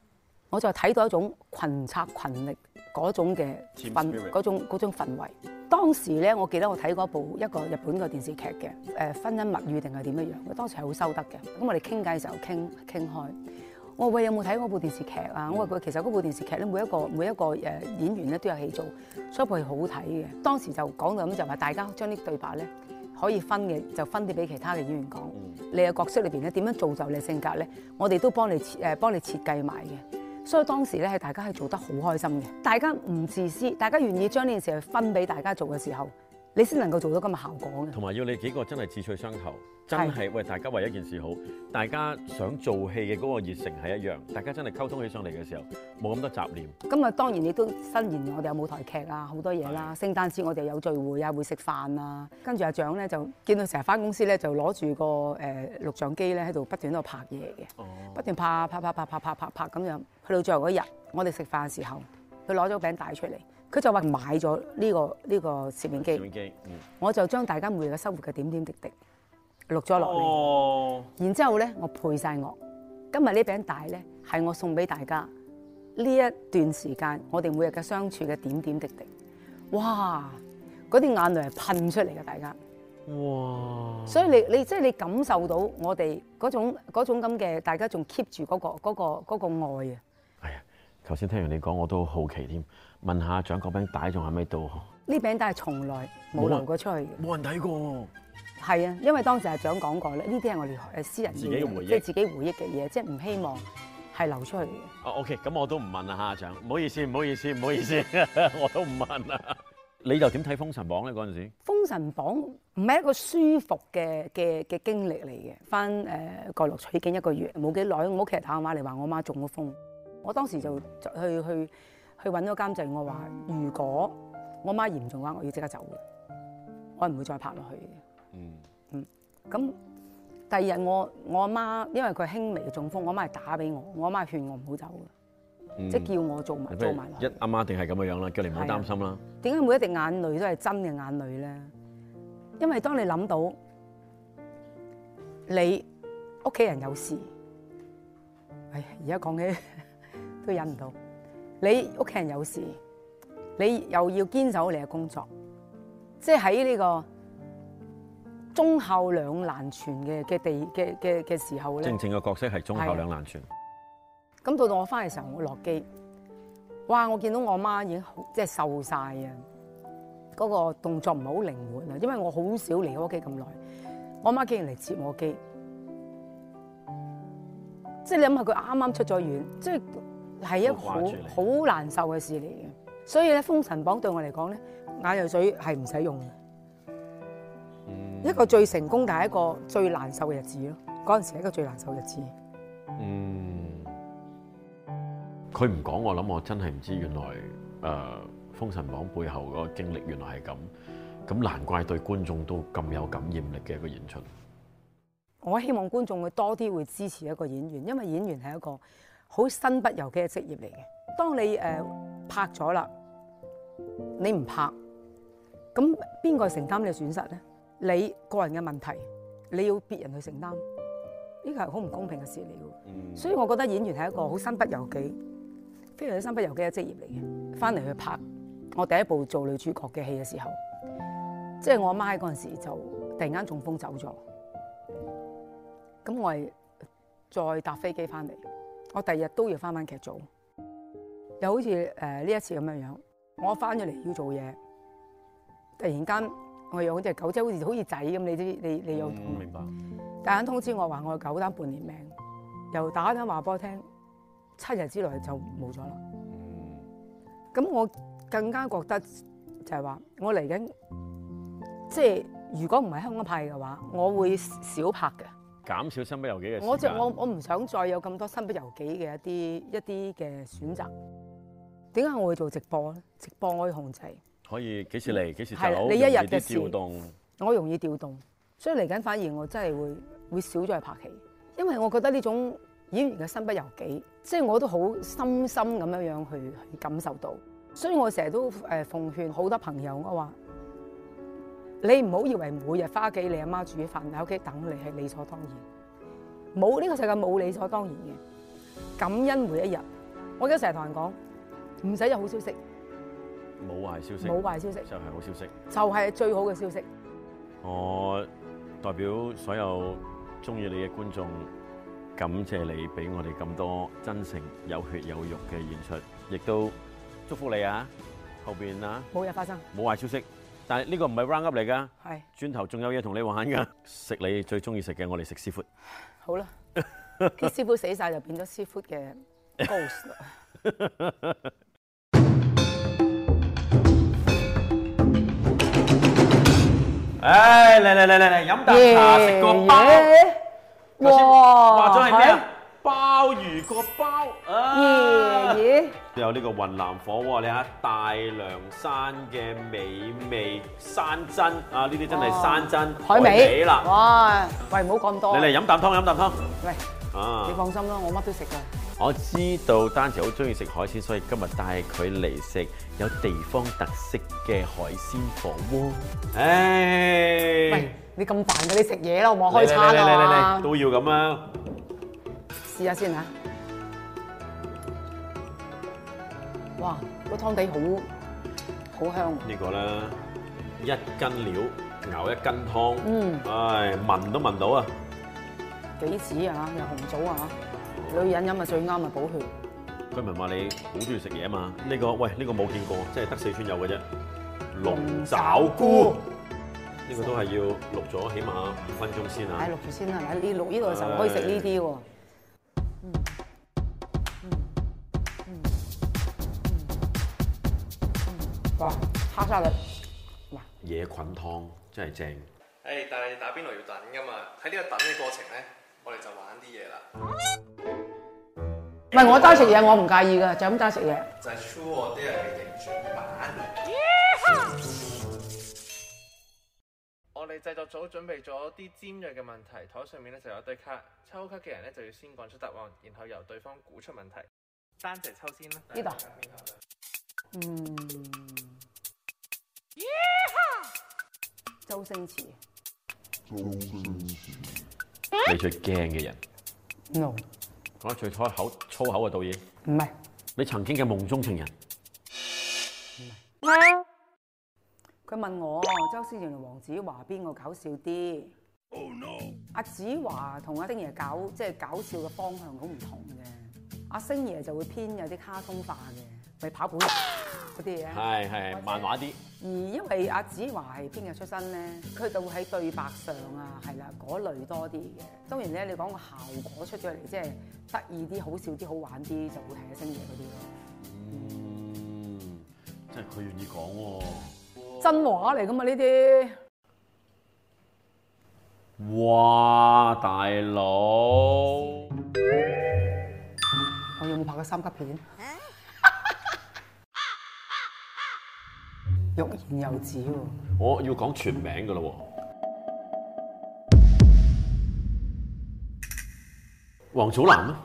S3: 我就睇到一種群策群力嗰種嘅
S2: Team
S3: 氛
S2: spirit
S3: 嗰種嗰種氛圍。當時咧，我記得我睇過一部一個日本嘅電視劇嘅，誒、婚姻物語定係點樣樣嘅，當時係好收得嘅。咁我哋傾偈嘅時候傾傾開，我話喂有冇睇過部電視劇啊？我話
S2: 嗯
S3: 佢其實嗰部電視劇咧，每一個每一個誒演員咧都有戲做，所以部戲好睇嘅。當時就講到咁就話，大家將啲對白咧可以分嘅就分啲俾其他嘅演員講。你嘅角色裏邊咧點樣造就你性格咧，我哋都幫你設誒幫你設計埋嘅。所以當時咧係大家係做得好開心嘅，大家唔自私，大家願意將呢件事去分俾大家做嘅時候，你先能夠做到咁嘅效果嘅。
S2: 同埋要你幾個真係志趣相投，真係喂大家為一件事好，大家想做戲嘅嗰個熱誠係一樣，大家真係溝通起上嚟嘅時候冇咁多雜念。
S3: 咁啊，當然亦都新年我哋有舞台劇啊，好多嘢啦。聖誕節我哋有聚會啊，會食飯啊。跟住阿長咧就見到成日翻公司咧，就攞住個誒錄像機咧喺度不斷喺度拍嘢嘅，不斷拍拍拍拍拍拍拍拍咁樣。去到最後嗰日，我哋食飯嘅時候，佢攞咗個餅帶出嚟，佢就話買咗呢個呢個攝影
S2: 攝影
S3: 機，
S2: 機，嗯
S3: 我就將大家每日嘅生活嘅點點滴滴錄咗落嚟。
S2: 哦，
S3: 然之後咧，我配晒樂。今日呢餅帶咧係我送俾大家
S4: 呢一段時間我哋每日嘅相處嘅點點滴滴，哇！嗰啲眼淚係噴出嚟嘅，大家。
S2: 哇！
S4: 所以你你即係你感受到我哋嗰種嗰種咁嘅，大家仲 keep 住嗰個嗰、個嗰、個愛啊！
S2: 係啊，頭先聽完你講，我都好奇添，問下獎嗰餅帶仲喺咪度？
S4: 呢餅帶係從來冇流過出去嘅。
S2: 冇人睇過。
S4: 係啊，因為當時阿長講過咧，呢啲係我哋誒私人
S8: 自己嘅
S4: 嘢
S8: 回憶
S4: 即係自己回憶嘅嘢，即係唔希望係流出去嘅。
S2: 哦，OK，咁我都唔問啦嚇，阿長，唔好意思，唔好意思，唔好意思， 我都唔問啦。你又點睇《封神榜》咧？嗰陣時
S4: 《封神榜》唔係一個舒服嘅嘅嘅經歷嚟嘅，翻誒、呃、國內取景一個月，冇幾耐，我屋企人打電話嚟話我媽中咗風，我當時就就去去去揾咗監製，我話如果我媽嚴重嘅話，我要即刻走嘅，我唔會再拍落去嘅。嗯咁第二日我我阿媽因為佢輕微嘅中風，我媽係打俾我，我阿媽勸我唔好走嘅，即
S2: 嗯
S4: 係叫我做埋做埋落
S2: 一
S4: 去。
S2: 阿媽一定係咁嘅樣啦，叫你唔好擔心啦。
S4: 點解每一滴眼淚都係真嘅眼淚咧？因為當你諗到你屋企人有事，唉，而家講起 都忍唔到。你屋企人有事，你又要堅守你嘅工作，即係喺呢個忠孝兩難全嘅嘅地嘅嘅嘅時候咧
S2: 正。正嘅角色係忠孝兩難全。
S4: 咁到到我翻嚟嘅時候，我落機，哇！我見到我媽已經好即係瘦晒啊，嗰、個動作唔係好靈活啊，因為我好少離開屋企咁耐。我媽竟然嚟接我機，即係你諗下佢啱啱出咗院，即係係一個
S2: 好
S4: 好
S2: 掛住你
S4: 好難受嘅事嚟嘅。所以咧，《封神榜》對我嚟講咧，眼藥水係唔使用嘅。
S2: 嗯
S4: 一個最成功，但係一個最難受嘅日子咯。嗰陣時係一個最難受嘅日子。
S2: 嗯，佢唔講，我諗我真係唔知，原來誒、呃封神榜》背後嗰個經歷原來係咁，咁難怪對觀眾都咁有感染力嘅一個演出。
S4: 我希望觀眾會多啲會支持一個演員，因為演員係一個好身不由己嘅職業嚟嘅。當你誒、呃拍咗啦，你唔拍，咁邊個承擔你嘅損失呢？你個人嘅問題，你要別人去承擔，呢個係好唔公平嘅事嚟嘅。所以我覺得演員係一個好身不由己、非常之身不由己嘅職業嚟嘅。翻嚟去拍我第一部做女主角嘅戲嘅時候，即係我阿媽喺嗰陣時就突然間中風走咗。咁我係再搭飛機翻嚟，我第二日都要翻返劇組，又好似誒呢一次咁樣樣，我翻咗嚟要做嘢，突然間我養只狗仔好似好似仔咁，你知你你有同
S2: 嗯明白。
S4: 大眼通知我話我嘅狗單半年命，又打電話俾我聽，七日之內就冇咗啦。咁我更加覺得就係話，我嚟緊即係如果唔係香港派嘅話，我會少拍嘅。
S2: 減少身不由己嘅時間。
S4: 我就我我唔想再有咁多身不由己嘅一啲一啲嘅選擇。點解我會做直播咧？直播我可以控制，
S2: 可以幾時嚟幾時
S4: 係啦
S2: 走，
S4: 你一日
S2: 容易啲
S4: 嘅事
S2: 調動。
S4: 我容易調動，所以嚟緊反而我真係會會少咗去拍戲，因為我覺得呢種演員嘅身不由己，即係我都好深深咁樣樣去去感受到。所以我成日都誒奉勸好多朋友，我話你唔好以為每日翻屋企你阿媽煮飯喺屋企等你係理所當然，冇呢、個世界冇理所當然嘅，感恩每一日。我而家成日同人講，唔使有好消息，
S2: 冇壞消息，
S4: 冇壞消息，
S2: 就係好消息。
S4: 就係、最好嘅消息。
S2: 我代表所有中意你嘅觀眾，感謝你俾我哋咁多真誠、有血有肉嘅演出，亦都祝福你啊！後邊啊，
S4: 冇嘢發生，
S2: 冇壞消息，但係呢個唔係 round up 嚟㗎，
S4: 係
S2: 轉頭仲有嘢同你玩㗎。食你最中意食嘅，我哋食師傅。
S4: 好啦。啲師傅死晒就變咗師傅嘅 ghost 啦。
S3: 唉，嚟嚟嚟嚟嚟，飲啖茶，食個包。頭先話咗係咩啊？鮑魚個包啊！
S4: 耶耶，
S2: 有呢個雲南火鍋，你睇下大涼山嘅美味山珍啊！呢啲真係山珍
S4: 哦海味
S2: 啦。
S4: 哇，喂，唔好講咁多。
S2: 你嚟飲啖湯，飲啖湯
S4: 喂，
S2: 啊
S4: 你！放心啦，我乜都食㗎。
S2: 我知道丹姐好中意食海鮮，所以今日帶佢嚟食有地方特色嘅海鮮火鍋。
S4: 喂
S2: 唉，，
S4: 你咁煩嘅，你食嘢啦，好唔好開餐
S2: 嚟嚟嚟嚟
S4: 啊
S2: 嚟！都要咁啊！
S4: 試下先嚇。
S9: 哇！個湯底好好香喎，
S2: 呢個咧一斤料熬一斤湯，
S4: 嗯
S2: 唉聞都聞到啊！
S4: 杞子啊，又紅棗啊，女人飲啊最啱啊補血。
S2: 居民話你好中意食嘢啊嘛？呢、個喂呢、個冇見過，即係得四川有嘅啫。龍爪菇呢個都係要錄咗，起碼五分鐘先啊
S4: 唉，！錄住先啦，嗱，你錄呢度嘅時候可以食呢啲喎。嗯嗯哇！黑沙律，
S2: 野菌湯真係正。
S5: 誒，但係打邊爐要等噶嘛，喺呢個等嘅過程咧，我哋就玩啲嘢啦，
S4: 唔係我齋食嘢，我唔介意㗎，就咁齋食嘢。
S5: 就係 True or Dare 嘅逆轉版。我哋製作組準備咗啲尖鋭嘅問題，台上面咧就有一堆卡，抽卡嘅人咧就要先講出答案，然後由對方估出問題。丹姐抽先啦，
S4: 呢度嗯，周星馳
S2: 你最驚嘅人，
S4: ，no，
S2: 講得最開口粗口啊嘅導演，
S4: 唔係
S2: 你曾經嘅夢中情人，
S4: 佢問我周星馳同黃子華邊個搞笑啲？阿子華同阿星爺搞即係搞笑嘅方向好唔同嘅，阿星爺就會偏有啲卡通化嘅，咪跑步嗰啲嘢。
S2: 係係漫畫啲。
S4: 而因為阿子華係編劇出身咧，佢就會喺對白上啊，係啦嗰類多啲嘅。當然咧，你講個效果出咗嚟，即係得意啲、好笑啲、好玩啲，就會係一星爺嗰啲咯。
S2: 嗯，即係佢願意講喎。
S4: 真話嚟噶嘛呢啲？
S2: 哇，大佬！
S4: 我有冇拍過三級片？欲言又止喎，
S2: 我要講全名噶咯喎。黃祖藍啊，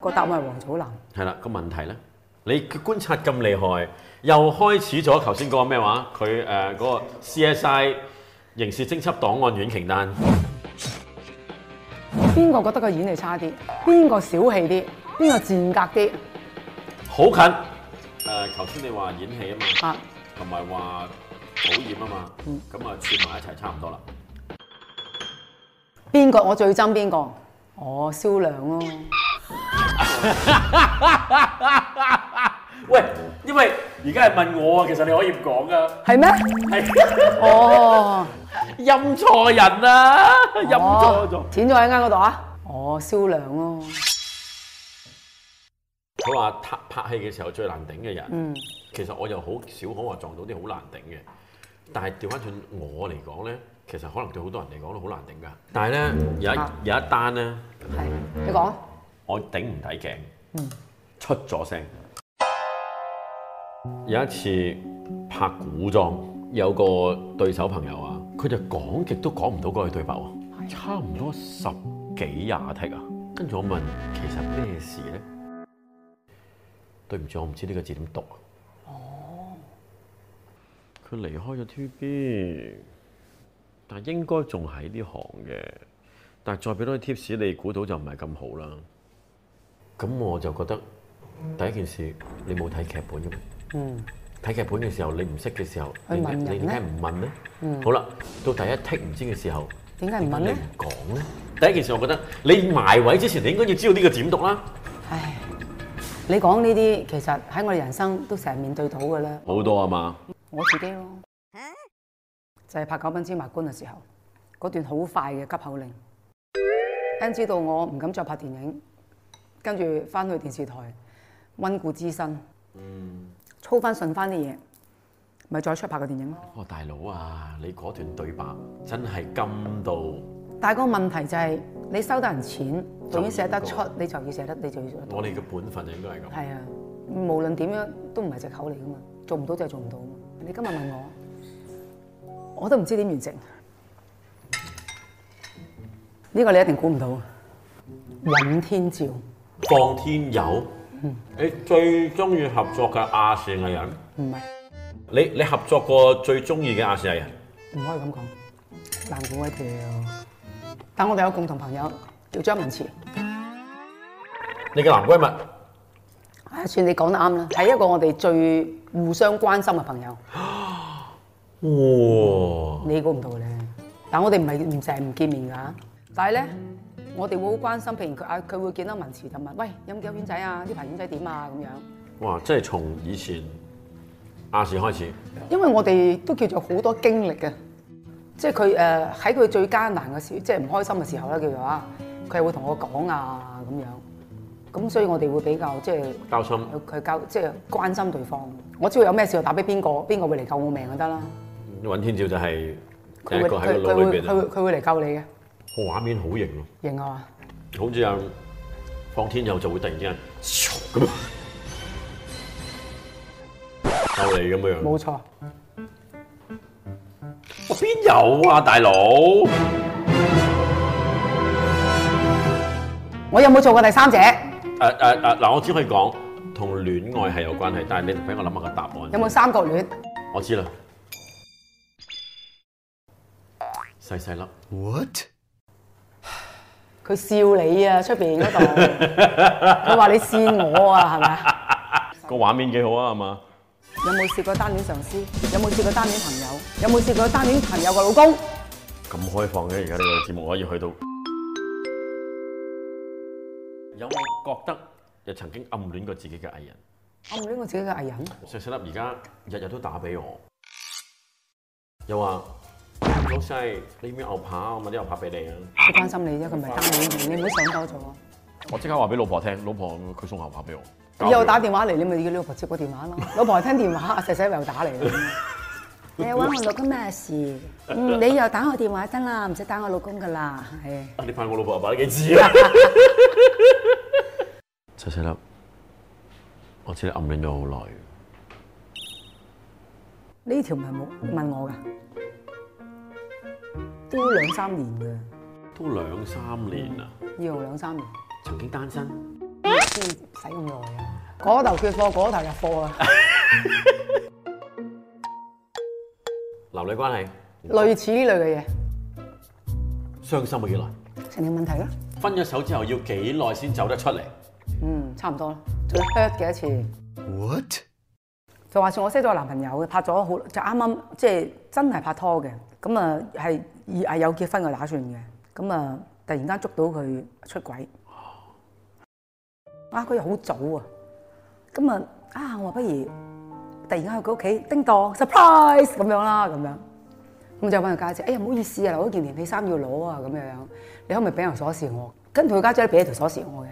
S4: 個答案係黃祖藍。
S2: 係啦，個問題咧，你觀察咁厲害，又開始咗頭先嗰個咩話？佢誒嗰個 CSI 刑事偵緝檔案院瓊丹，
S4: 邊個覺得佢演技差啲？邊個小氣啲？邊個賤格啲？
S2: 好近。誒，頭先你話演戲啊嘛
S4: 啊，嗯
S2: 同埋話討厭啊嘛，咁啊串埋一齊差唔多啦。
S4: 邊個我最憎邊個？我蕭亮咯。
S10: 喂，因為而家係問我啊，其實你可以唔講噶，
S4: 係咩？
S10: 係
S4: 哦，
S10: 陰錯人啦，陰錯咗
S4: 哦。剪咗喺間嗰度啊！我蕭亮咯，
S2: 佢話拍拍戲嘅時候最難頂嘅人，
S4: 嗯
S2: 其實我又好少可話撞到啲好難頂嘅，但係調翻轉我嚟講咧，其實可能對好多人嚟講都好難頂㗎。但係咧有一
S4: 啊
S2: 有一單咧，
S4: 係你講啊！
S2: 我頂唔抵頸，
S10: 嗯
S2: 出咗聲。有一次拍古裝，有個對手朋友啊，佢就講極都講唔到嗰句對白喎，差唔多十幾廿剔啊。跟住我問，其實咩事咧？對唔住，我唔知呢個字點讀啊。哦，佢離開咗 TVB，但應該仲喺呢行嘅。但係再俾多啲 tips，你估到就唔係咁好啦。咁我就覺得第一件事，你冇睇劇本嘅咩？
S4: 嗯，
S2: 睇劇本嘅時候，你唔識嘅時候，
S4: 去
S2: 你
S4: 問人
S2: 你點解
S4: 呢嗯
S2: 唔問呢？好啦，到第一剔唔知嘅時候，
S4: 點解
S2: 點
S4: 唔問
S2: 解你
S4: 呢？
S2: 唔講呢？第一件事，我覺得你埋位之前，你應該要知道呢個點讀啦。
S4: 唉，你講呢啲其實喺我哋人生都成日面對到㗎啦。
S2: 好多啊嘛，
S4: 我自己咯，就係拍《九品芝麻官》嘅時候，嗰段好快嘅急口令。N 知道我唔敢再拍電影，跟住翻去電視台温故知新，操翻順翻啲嘢，咪再出拍個電影咯。
S2: 哇大佬啊，你嗰段對白真係金到
S4: 但係個問題就係、你收得人錢，仲要寫得出，你就要寫得，你就要做得到。
S2: 我哋嘅本分就應該係咁。
S4: 係啊，無論點樣都唔係藉口嚟噶嘛，做唔到就係做唔到嘛。你今日問我，我都唔知點完成。呢個你一定估唔到啊，尹天照唔
S2: 放天友，
S4: 嗯
S2: 你最中意合作嘅亞視藝人，
S4: 係
S2: 你你合作過最中意嘅亞視藝人，
S4: 唔可以咁講，難估一跳。但我哋有共同朋友叫張文慈，
S2: 你嘅男閨蜜
S4: 啊，算你講得啱啦，係一個我哋最互相關心嘅朋友。
S11: 哇！
S4: 你估唔到咧。但我哋唔係唔成日唔見面㗎，但係咧，我哋會好關心，譬如佢啊，佢會見到文慈就問：喂，有冇幾多丸仔啊？呢排丸仔點啊？咁樣，
S2: 哇！真係從以前亞視開始，
S4: 因為我哋都叫做好多經歷嘅，即係佢誒喺佢最艱難嘅時，即係唔開心嘅時候啦，叫做啊，佢係會同我講啊咁樣，咁所以我哋會比較即係
S2: 交心
S4: 佢佢交即係關心對方。我知道有咩事我打俾邊個，邊個會嚟救我命就得啦。
S2: 尹天照就係第
S4: 佢
S2: 一
S4: 會
S2: 個喺個
S4: 佢佢
S2: 腦裏
S4: 會
S2: 邊
S4: 佢
S2: 啊，
S4: 會佢會嚟救你嘅，
S2: 個畫面好型咯，
S4: 認我啊！
S2: 好似啊放天佑就會突然之間咁救你咁樣。
S4: 冇錯。
S2: 我邊有啊，大佬？
S4: 我有冇做過第三者？
S2: 誒誒誒嗱，我只可以講同戀愛係有關係，但係你俾我諗下個答案。
S4: 有冇三角戀？
S2: 我知啦，細細粒。
S4: 佢笑你啊，出邊嗰度，佢話你笑我啊，係咪啊？
S2: 個畫面幾好啊，係嘛？
S4: 有冇試過單戀上司？有冇試過單戀朋友？有冇試過單戀朋友嘅老公？
S2: 咁開放嘅，而家呢個節目可以去到。有冇覺得又曾經暗戀過自己嘅藝人？
S4: 我唔戀我自己嘅藝人，
S2: 細細粒而家日日都打俾我，又話老細，你要唔要牛扒？我買啲牛扒俾你啊！
S4: 佢關心你啫，佢唔係單戀你，你唔好想多咗。
S2: 我即刻話俾老婆聽，老婆佢送牛扒俾我。
S4: 以後打電話嚟，你咪叫你老婆接個電話咯。老婆聽電話，阿細細又打嚟啦。你揾我老公咩事？
S3: Ừ,
S4: 嗯，你又打我電話得啦，唔使打我老公噶啦，係。
S2: 啊你拍我老婆拍咗幾次啊？細細粒，我知你暗戀咗好耐。
S4: 呢條唔係冇問我㗎，都兩三年
S2: 都兩三年啦，
S4: 㗎，要兩三年。
S2: 曾經單身，
S4: 先嗯使咁耐啊！嗰頭缺貨，嗰頭入貨啊！
S2: 男女關係，
S4: 類似呢類嘅嘢，
S2: 傷心咗幾耐？
S4: 成條問題啦。
S2: 分咗手之後要幾耐先走得出嚟？
S4: 嗯，差唔多啦。最 hurt 幾多次？What？就話說我識咗個男朋友嘅，拍咗好就啱啱即係真係拍拖嘅，咁啊係係有結婚嘅打算嘅，咁啊突然間捉到佢出軌，啊嗰日好早啊，咁啊啊我話不如突然間去佢屋企叮當 surprise 咁樣啦咁樣，咁就問佢家姐，哎呀唔好意思啊，留咗件連體衫要攞啊咁樣樣，你可唔可以俾條鎖匙我？跟住佢家姐俾咗條鎖匙我嘅。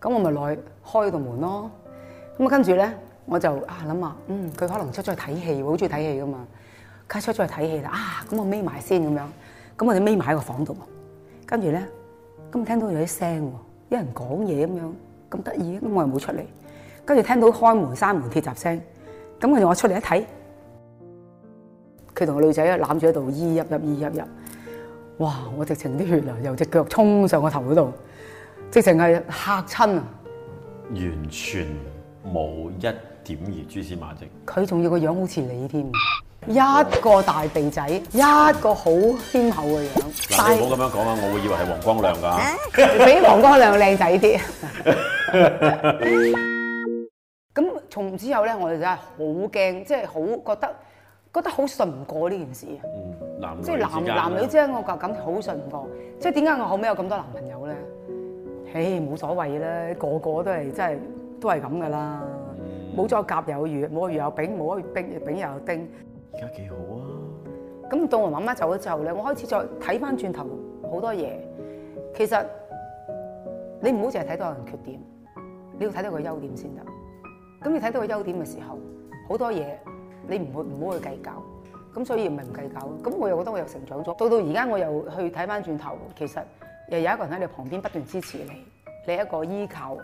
S4: 咁我咪落去開道門咯。咁啊，跟住咧我就啊諗下，嗯，佢可能出咗去睇戲喎，好中意睇戲噶嘛。佢出咗去睇戲啦，啊，咁我眯埋先咁樣。咁我哋眯埋喺個房度，跟住咧，咁聽到有啲聲喎，有人講嘢咁樣，咁得意，咁我又冇出嚟。跟住聽到開門閂門鐵閘聲，咁跟住我出嚟一睇，佢同個女仔攬住喺度，依入入依入入，哇！我直情啲血啊，由只腳衝上個頭嗰度，直情係嚇親啊！
S2: 完全冇一點兒蛛絲馬跡。
S4: 佢仲要個樣好似你添，一個大鼻仔，一個好謙厚嘅樣，
S2: 嗱，你唔好咁樣講啊，我會以為係黃光亮㗎。
S4: 但係比黃光亮靚仔啲。咁從之後咧，我哋真係好驚，即係好覺得覺得好信唔過呢件事啊！
S2: 嗯，男女
S4: 即係男
S2: 之間
S4: 男女
S2: 咧
S4: 之間，我覺感覺好信唔過。即係點解我後尾有咁多男朋友咧？唉，冇所謂啦，個個都係真係都係咁噶啦，
S2: 嗯
S4: 冇咗甲有乙，冇咗乙有丙，冇咗丙丙又有丁。
S2: 而家幾好啊！
S4: 咁到我媽媽走咗之後咧，我開始再睇翻轉頭好多嘢。其實你唔好淨係睇到人缺點，你要睇到個優點先得。咁你睇到個優點嘅時候，好多嘢你唔會唔好去計較。咁所以咪唔計較咯。咁我又覺得我又成長咗。到到而家我又去睇翻轉頭，其實又有一個人喺你旁邊不斷支持你，你一個依靠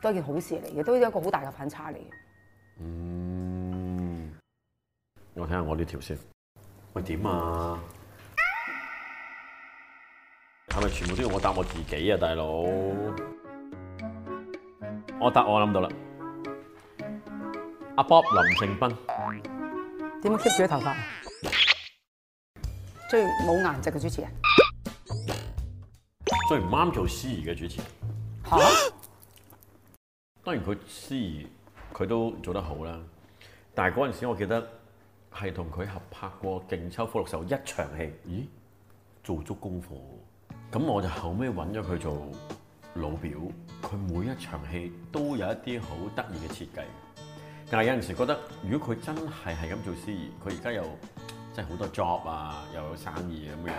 S4: 都係件好事嚟嘅，都係一個好大嘅反差嚟嘅。
S2: 嗯，我睇下我呢條先。喂，點啊？係咪全部都要我答我自己啊，大佬？我答我諗到啦。阿 Bob 林盛斌，
S4: 點樣 keep 住啲頭髮？啊最冇顏值嘅主持人。
S2: 最唔啱做司儀嘅主持人。
S4: 嚇！
S2: 當然佢司儀佢都做得好啦。但係嗰陣時，我記得係同佢合拍過《勁秋福祿壽》一場戲，咦，做足功課喎。咁我就後尾揾咗佢做老表，佢每一場戲都有一啲好得意嘅設計。但係有陣時覺得，如果佢真係係咁做司儀，佢而家又即係好多 job 啊，又有生意咁樣，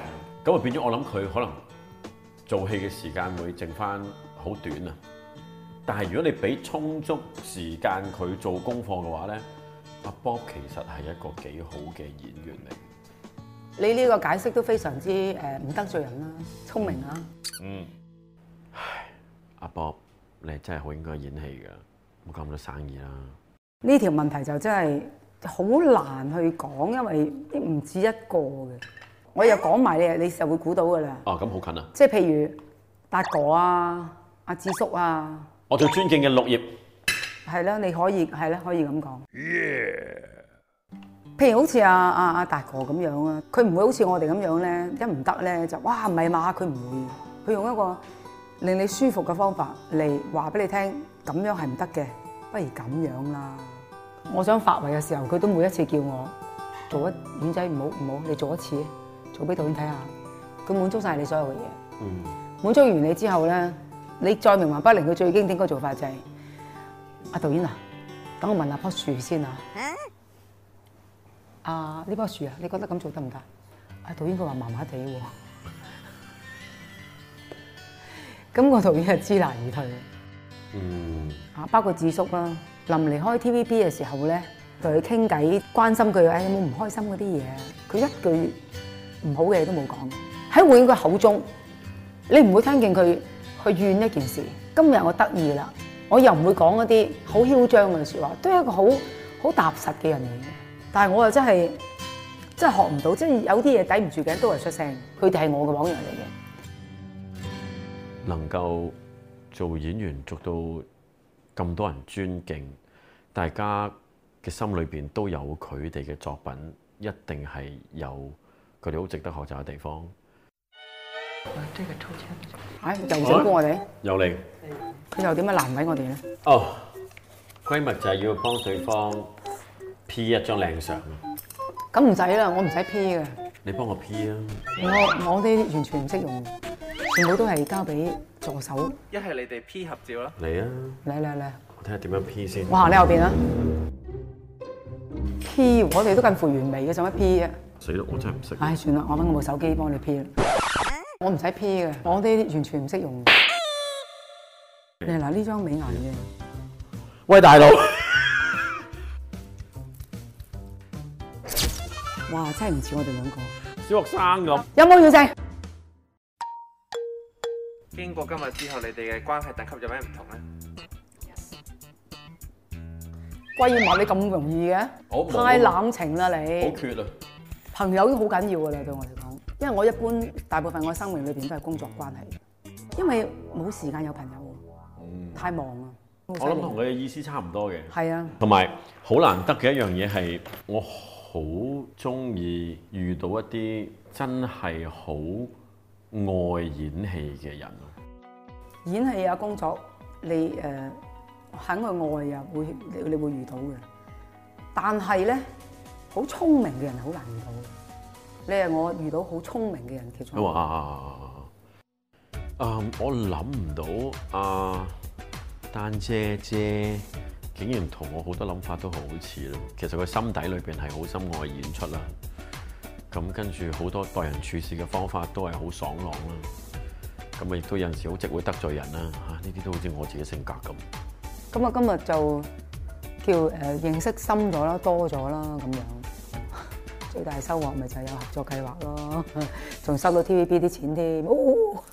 S2: 咁啊變咗我諗佢可能做戲嘅時間會剩翻好短啊。但係如果你俾充足時間佢做功課嘅話咧，阿 Bob 其實係一個幾好嘅演員嚟。
S4: 你呢個解釋都非常之
S3: à,
S4: 誒唔得罪人啦，聰明啊！
S12: 嗯，
S2: 阿 Bob，你係真係好應該演戲㗎，冇咁多生意啦。
S4: 呢條問題就真係好難去講，因為唔止一個嘅。我又講埋你，你就會估到噶啦。
S2: 哦，咁好近啊！
S4: 即係譬如達哥啊、
S3: à,
S4: 阿智叔啊，
S2: 我最尊敬嘅綠葉，
S4: 係啦，你可以係啦，可以咁講。譬如好似阿阿阿達哥咁樣啊，佢唔會好似我哋咁樣咧，一唔得咧就哇唔係嘛，佢唔會，佢用一個令你舒服嘅方法嚟話俾你聽，咁樣係唔得嘅，不如咁樣啦。我想發圍嘅時候，佢都每一次叫我做一丸仔，唔好唔好，你做一次，做俾導演睇下，佢滿足晒你所有嘅嘢。滿足完你之後咧，你再冥頑不靈，佢最經典個做法就係、阿、導演啊，等我問下棵樹先啊。啊，呢棵樹啊，你覺得咁做得唔得？啊，導演佢話麻麻地喎。 咁個導演係知難而退嘅。
S2: 嗯，
S4: 啊，包括智叔啦，臨離開 TVB 嘅時候咧，同佢傾偈，關心佢，哎誒有冇唔開心嗰啲嘢啊，佢一句唔好嘅嘢都冇講。喺會員嘅口中，你唔會聽見佢去怨一件事。今日我得意啦，我又唔會講嗰啲好囂張嘅説話，都係一個好好踏實嘅人嚟嘅。但係我又真係真係學唔到，即係有啲嘢抵唔住嘅都係出聲。佢哋係我嘅榜樣嚟嘅。
S2: 能夠做演員做到咁多人尊敬，大家嘅心裏邊都有佢哋嘅作品，一定係有佢哋好值得學習嘅地方。
S4: 唉、又整蠱我哋，
S2: 有你。
S4: 佢又點樣難為我哋咧？
S2: 哦，閨蜜就係要幫對方 P 一張靚相，
S4: 咁唔使啦，我唔使 P 嘅。
S2: 你幫我 P 啊！
S4: 我我啲完全唔識用，全部都係交俾助手。
S5: 一係你哋 P 合照啦，
S2: 嚟啊，
S4: 嚟嚟嚟，
S2: 我睇下點樣 P 先。
S4: 我行你後邊啦。P，我哋都近乎完美嘅，使乜 P 啊？
S2: 死啦！我真係唔識。
S4: 唉，算啦，我揾我部手機幫你 P 啦。我唔使 P 嘅，我啲完全唔識用。你嗱呢張美顏嘅，
S2: 喂，大佬，
S4: 哇，真係唔似我哋兩個。
S2: 小學生咁，
S4: 有冇要證？
S5: 經過今日之後，你哋嘅關係等級有咩唔同啊呢？
S4: 歸要問你咁容易嘅
S2: 我，冇
S4: 太濫情啦你。
S2: 好缺啊！
S4: 朋友已經好緊要㗎啦，對我嚟講，因為我一般大部分我生命裏邊都係工作關
S2: 嗯
S4: 係，因為冇時間有朋友，太忙啊啦。我
S2: 我諗同佢嘅意思差唔多嘅。
S4: 係啊，
S2: 同埋好難得嘅一樣嘢係，我好中意遇到一啲真係好愛演戲嘅人咯。
S4: 演戲啊，工作你誒、呃肯去愛啊，會你你會遇到嘅。但係咧，好聰明嘅人係好難遇到嘅。你係我遇到好聰明嘅人其中一
S2: 佢
S4: 個。
S2: 話啊，我諗唔到啊，丹姐姐竟然同我好多諗法都好似啦。其實佢心底裏邊係好深愛演出啦。咁跟住好多待人處事嘅方法都係好爽朗啦。咁啊，亦都有陣時好直會得罪人啦。嚇、呢啲都好似我自己性格咁。
S4: 咁啊，今日就叫誒、呃、認識深咗啦，多咗啦咁樣。 最大收穫咪就係有合作計劃咯，仲收到 TVB 啲錢添。哦